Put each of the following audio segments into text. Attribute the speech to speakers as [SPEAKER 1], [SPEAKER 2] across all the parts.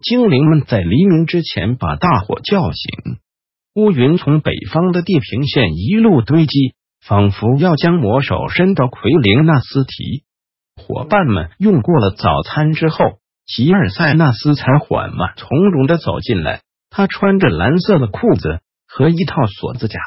[SPEAKER 1] 精灵们在黎明之前把大伙叫醒。乌云从北方的地平线一路堆积，仿佛要将魔手伸到奎灵纳斯提。伙伴们用过了早餐之后，吉尔塞纳斯才缓慢从容的走进来。他穿着蓝色的裤子和一套锁子甲。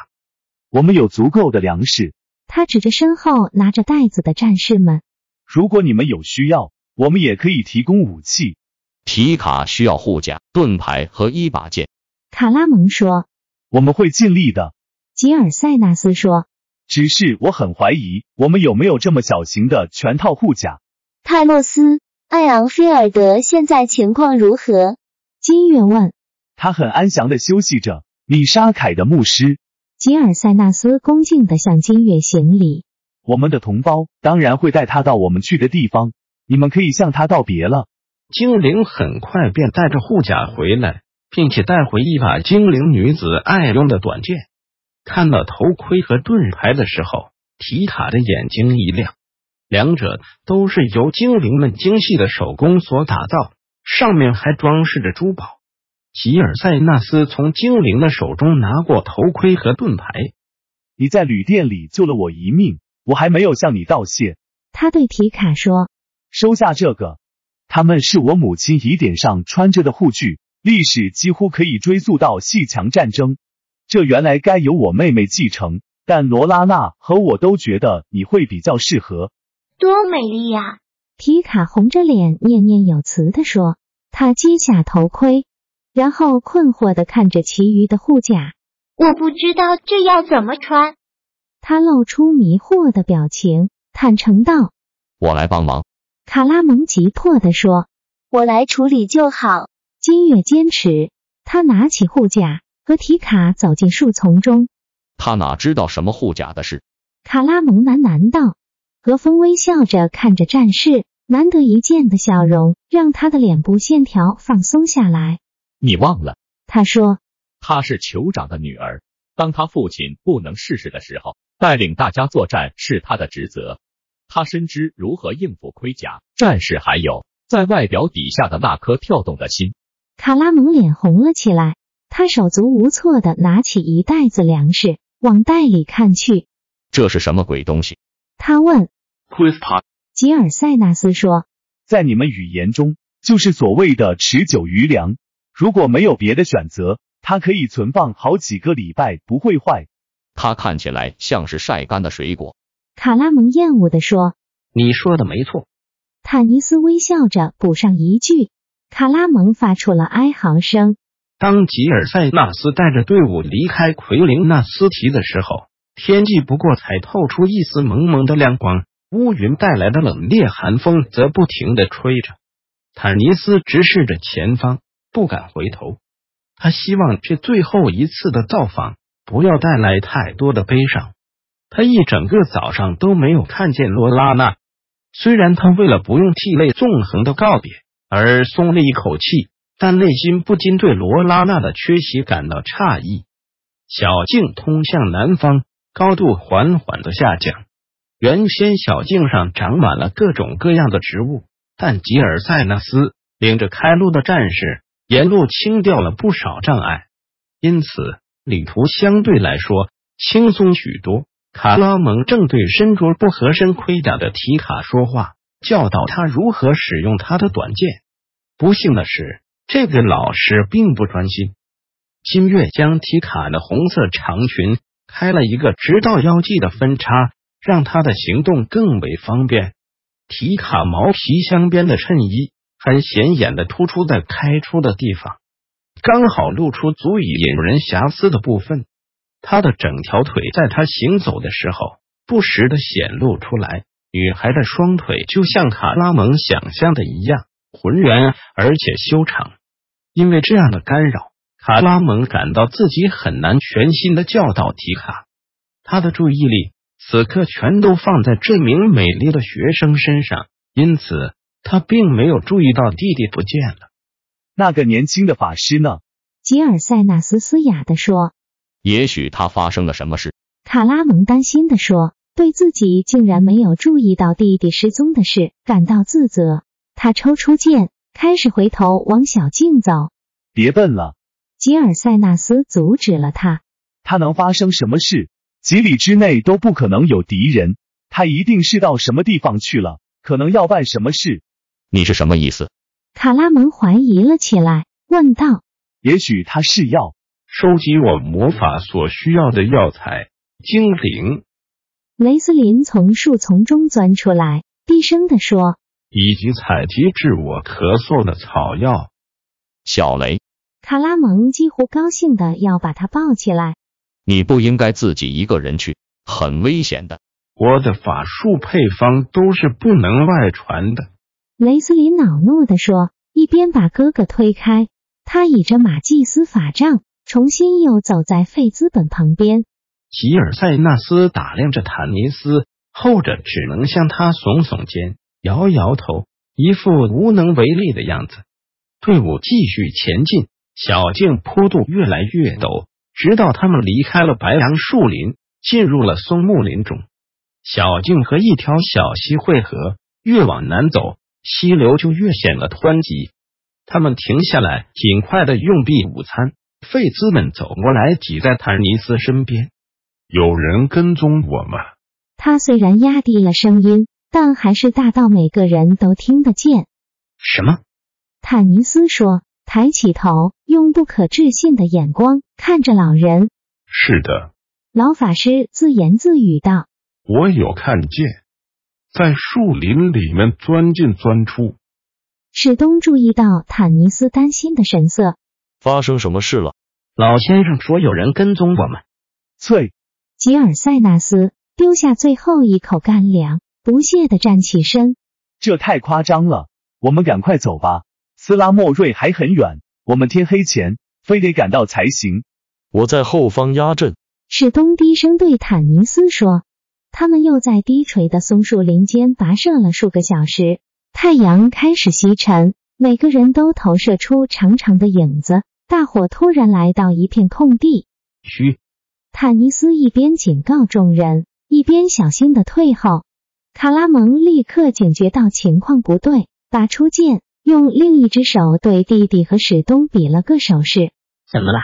[SPEAKER 2] 我们有足够的粮食。
[SPEAKER 3] 他指着身后拿着袋子的战士们。
[SPEAKER 2] 如果你们有需要，我们也可以提供武器。
[SPEAKER 4] 皮卡需要护甲、盾牌和一把剑。
[SPEAKER 3] 卡拉蒙说
[SPEAKER 2] 我们会尽力的，：“
[SPEAKER 3] 吉尔塞纳斯说，
[SPEAKER 2] 只是我很怀疑我们有没有这么小型的全套护甲。
[SPEAKER 5] 泰洛斯·艾昂菲尔德现在情况如何？
[SPEAKER 3] 金月问。”
[SPEAKER 2] 他很安详的休息着。米沙凯的牧师，
[SPEAKER 3] 吉尔塞纳斯恭敬的向金月行礼。
[SPEAKER 2] 我们的同胞当然会带他到我们去的地方。你们可以向他道别了。
[SPEAKER 1] 精灵很快便带着护甲回来，并且带回一把精灵女子爱用的短剑。看到头盔和盾牌的时候，提卡的眼睛一亮，两者都是由精灵们精细的手工所打造，上面还装饰着珠宝。吉尔塞纳斯从精灵的手中拿过头盔和盾牌，
[SPEAKER 2] 你在旅店里救了我一命，我还没有向你道谢。
[SPEAKER 3] 他对提卡说
[SPEAKER 2] 收下这个，它们是我母亲遗典上穿着的护具，历史几乎可以追溯到细强战争。这原来该由我妹妹继承，但罗拉娜和我都觉得你会比较适合。
[SPEAKER 5] 多美丽呀、：“
[SPEAKER 3] 提卡红着脸，念念有词地说。”他揭下头盔，然后困惑的看着其余的护甲，
[SPEAKER 5] 我不知道这要怎么穿。
[SPEAKER 3] 他露出迷惑的表情，坦诚道
[SPEAKER 4] 我来帮忙。：“
[SPEAKER 3] 卡拉蒙急迫地说。
[SPEAKER 5] 我来处理就好。”
[SPEAKER 3] 金月坚持，他拿起护甲，和提卡走进树丛中。
[SPEAKER 4] 他哪知道什么护甲的事？
[SPEAKER 3] 卡拉蒙喃喃道。何风微笑着看着战士，难得一见的笑容让他的脸部线条放松下来。
[SPEAKER 4] 你忘了，
[SPEAKER 3] 他说
[SPEAKER 4] 她是酋长的女儿。当她父亲不能逝世的时候，带领大家作战是她的职责。她深知如何应付盔甲、战士，还有在外表底下的那颗跳动的心。：“
[SPEAKER 3] 卡拉蒙脸红了起来，他手足无措的拿起一袋子粮食，往袋里看去。
[SPEAKER 4] 这是什么鬼东西？
[SPEAKER 3] 他问
[SPEAKER 6] Quizpot
[SPEAKER 3] 吉尔塞纳斯说
[SPEAKER 2] 在你们语言中，就是所谓的持久余粮。如果没有别的选择，它可以存放好几个礼拜，不会坏。
[SPEAKER 4] 它看起来像是晒干的水果。：“
[SPEAKER 3] 卡拉蒙厌恶地说。”
[SPEAKER 1] 你说的没错。
[SPEAKER 3] 坦尼斯微笑着补上一句。卡拉蒙发出了哀嚎声。
[SPEAKER 1] 当吉尔塞纳斯带着队伍离开奎林纳斯提的时候，天际不过才透出一丝蒙蒙的亮光，乌云带来的冷冽寒风则不停的吹着。坦尼斯直视着前方，不敢回头。他希望这最后一次的造访不要带来太多的悲伤。他一整个早上都没有看见罗拉娜，虽然他为了不用涕泪纵横的告别而松了一口气，但内心不禁对罗拉娜的缺席感到诧异。小径通向南方，高度缓缓的下降。原先小径上长满了各种各样的植物，但吉尔塞纳斯领着开路的战士沿路清掉了不少障碍，因此旅途相对来说轻松许多。卡拉蒙正对身着不合身盔甲的提卡说话，教导他如何使用他的短剑。不幸的是，这个老师并不专心。金月将提卡的红色长裙开了一个直到腰际的分叉，让她的行动更为方便。提卡毛皮镶边的衬衣很显眼的突出在开出的地方，刚好露出足以引人遐思的部分。她的整条腿在她行走的时候不时的显露出来。女孩的双腿就像卡拉蒙想象的一样，浑圆而且修长。因为这样的干扰，卡拉蒙感到自己很难全心的教导提卡。他的注意力此刻全都放在这名美丽的学生身上，因此他并没有注意到弟弟不见了。
[SPEAKER 2] 那个年轻的法师呢？
[SPEAKER 3] 吉尔塞纳斯嘶哑地说。
[SPEAKER 4] 也许他发生了什么事。
[SPEAKER 3] 卡拉蒙担心地说，对自己竟然没有注意到弟弟失踪的事感到自责。他抽出剑，开始回头往小径走。
[SPEAKER 2] 别笨了，
[SPEAKER 3] 吉尔塞纳斯阻止了他。
[SPEAKER 2] 他能发生什么事？几里之内都不可能有敌人，他一定是到什么地方去了，可能要办什么事。
[SPEAKER 4] 你是什么意思？
[SPEAKER 3] 卡拉蒙怀疑了起来，问道。
[SPEAKER 2] 也许他是药。
[SPEAKER 1] 收集我魔法所需要的药材，精灵
[SPEAKER 3] 雷斯林从树丛中钻出来，低声地说
[SPEAKER 1] 以及采集治我咳嗽的草药。
[SPEAKER 4] 小雷，：“
[SPEAKER 3] 卡拉蒙几乎高兴的要把他抱起来。
[SPEAKER 4] 你不应该自己一个人去，很危险的。
[SPEAKER 1] 我的法术配方都是不能外传的。”
[SPEAKER 3] 雷斯林恼怒地说，一边把哥哥推开。他倚着马祭司法杖，重新又走在费兹本旁边。
[SPEAKER 1] 吉尔塞纳斯打量着坦尼斯，后者只能向他耸耸肩，摇摇头，一副无能为力的样子。队伍继续前进，小径坡度越来越陡，直到他们离开了白杨树林，进入了松木林中。小径和一条小溪汇合，越往南走，溪流就越显得湍急。他们停下来，尽快的用毕午餐。费兹们走过来，挤在坦尼斯身边。有人跟踪我们，
[SPEAKER 3] 他虽然压低了声音，但还是大到每个人都听得见。
[SPEAKER 1] 什么？
[SPEAKER 3] 坦尼斯说，抬起头，用不可置信的眼光看着老人。
[SPEAKER 1] 是的，
[SPEAKER 3] 老法师自言自语道
[SPEAKER 1] 我有看见，在树林里面钻进钻出。：“
[SPEAKER 3] 史东注意到坦尼斯担心的神色。
[SPEAKER 4] 发生什么事了？
[SPEAKER 1] 老先生说有人跟踪我们，
[SPEAKER 2] 翠，”
[SPEAKER 3] 吉尔塞纳斯丢下最后一口干粮，不屑地站起身。
[SPEAKER 2] 这太夸张了，我们赶快走吧。斯拉莫瑞还很远，我们天黑前非得赶到才行。
[SPEAKER 4] 我在后方压阵。
[SPEAKER 3] 史东低声对坦尼斯说：“他们又在低垂的松树林间跋涉了数个小时，太阳开始西沉，每个人都投射出长长的影子。大伙突然来到一片空地，
[SPEAKER 1] 嘘，
[SPEAKER 3] 坦尼斯一边警告众人，一边小心的退后。卡拉蒙立刻警觉到情况不对，拔出剑，用另一只手对弟弟和史东比了个手势。
[SPEAKER 6] 怎么了？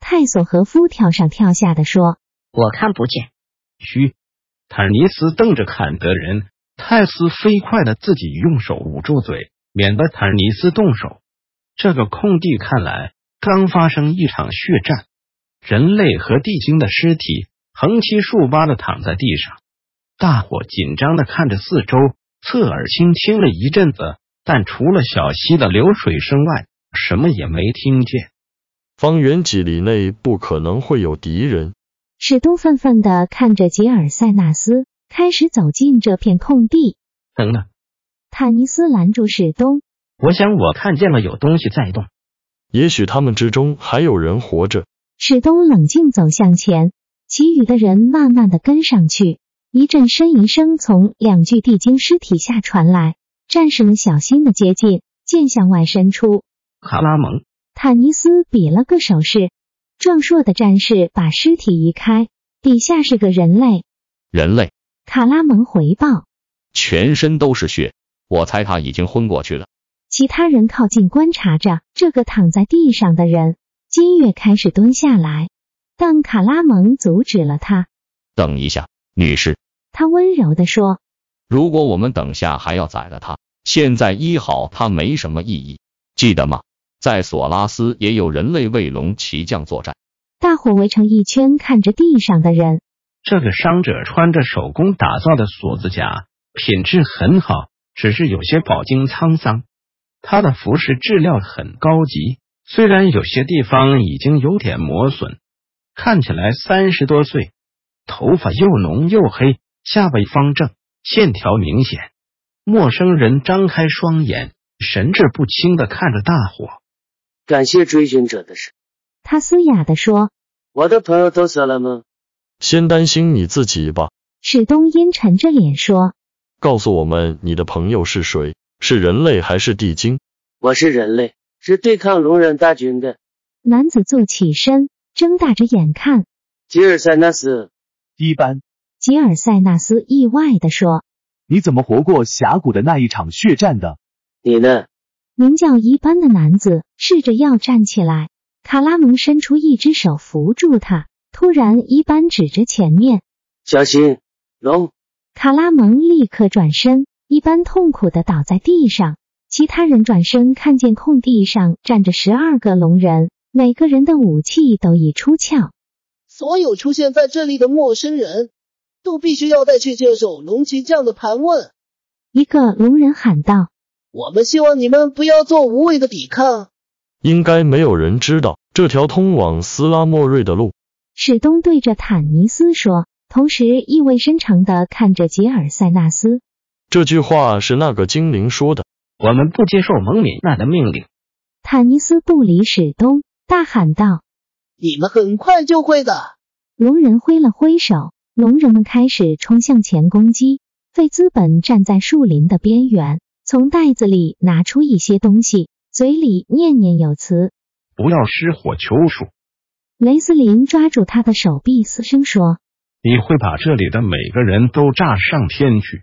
[SPEAKER 3] 泰索和夫跳上跳下的说
[SPEAKER 6] 我看不见。
[SPEAKER 1] 嘘。坦尼斯瞪着坎德人，泰斯飞快的自己用手捂住嘴，免得坦尼斯动手。这个空地看来刚发生一场血战，人类和地精的尸体横七竖八的躺在地上。大伙紧张的看着四周，侧耳倾听了一阵子，但除了小溪的流水声外，什么也没听见。
[SPEAKER 7] 方圆几里内不可能会有敌人。：“
[SPEAKER 3] 史东愤愤地看着吉尔塞纳斯，开始走进这片空地。
[SPEAKER 1] 等等，”
[SPEAKER 3] 坦尼斯拦住史东，
[SPEAKER 1] 我想我看见了有东西在动。
[SPEAKER 7] 也许他们之中还有人活着。
[SPEAKER 3] 史东冷静走向前，其余的人慢慢的跟上去。一阵呻吟声从两具地精尸体下传来，战士们小心的接近，剑向外伸出。
[SPEAKER 1] 卡拉蒙，
[SPEAKER 3] 坦尼斯比了个手势，壮硕的战士把尸体移开，底下是个人类。
[SPEAKER 4] 人类
[SPEAKER 3] 卡拉蒙回报，
[SPEAKER 4] 全身都是血，我猜他已经昏过去了。
[SPEAKER 3] 其他人靠近观察着这个躺在地上的人。金月开始蹲下来，但卡拉蒙阻止了他。
[SPEAKER 4] 等一下，女士，
[SPEAKER 3] 他温柔地说：“
[SPEAKER 4] 如果我们等下还要宰了他，现在医好他没什么意义，记得吗？在索拉斯也有人类卫龙骑将作战，
[SPEAKER 3] 大伙围成一圈看着地上的人。
[SPEAKER 1] 这个伤者穿着手工打造的锁子甲，品质很好，只是有些饱经沧桑。他的服饰质量很高级，虽然有些地方已经有点磨损，看起来三十多岁，头发又浓又黑，下巴方正，线条明显。陌生人张开双眼，神志不清的看着大火。
[SPEAKER 8] 感谢追寻者的事。
[SPEAKER 3] 他嘶哑地说。
[SPEAKER 8] 我的朋友都死了吗？
[SPEAKER 7] 先担心你自己吧。
[SPEAKER 3] 史东阴沉着脸说。
[SPEAKER 7] 告诉我们你的朋友是谁，是人类还是地精？
[SPEAKER 8] 我是人类，是对抗龙人大军的
[SPEAKER 3] 男子坐起身，睁大着眼看。
[SPEAKER 8] 吉尔塞纳斯。
[SPEAKER 2] 一般，
[SPEAKER 3] 吉尔塞纳斯意外地说
[SPEAKER 2] 你怎么活过峡谷的那一场血战的？
[SPEAKER 8] 你呢？：“
[SPEAKER 3] 名叫一般的男子试着要站起来。”卡拉蒙伸出一只手扶住他，突然一般指着前面。
[SPEAKER 8] 小心龙！
[SPEAKER 3] 卡拉蒙立刻转身，一般痛苦的倒在地上。其他人转身看见空地上站着十二个龙人，每个人的武器都已出鞘。
[SPEAKER 9] 所有出现在这里的陌生人都必须要带去接受龙骑将的盘问。
[SPEAKER 3] 一个龙人喊道
[SPEAKER 9] 我们希望你们不要做无谓的抵抗。
[SPEAKER 7] 应该没有人知道这条通往斯拉莫瑞的路。：“
[SPEAKER 3] 史东对着坦尼斯说，同时意味深长的看着吉尔塞纳斯。
[SPEAKER 7] 这句话是那个精灵说的。
[SPEAKER 1] 我们不接受蒙米娜的命令。
[SPEAKER 3] 坦尼斯不理史东，大喊道
[SPEAKER 9] 你们很快就会的。：“
[SPEAKER 3] 龙人挥了挥手，龙人们开始冲向前攻击。”费兹本站在树林的边缘，从袋子里拿出一些东西，嘴里念念有词。
[SPEAKER 1] 不要失火求属，
[SPEAKER 3] 雷斯林抓住他的手臂，嘶声说
[SPEAKER 1] 你会把这里的每个人都炸上天去。：“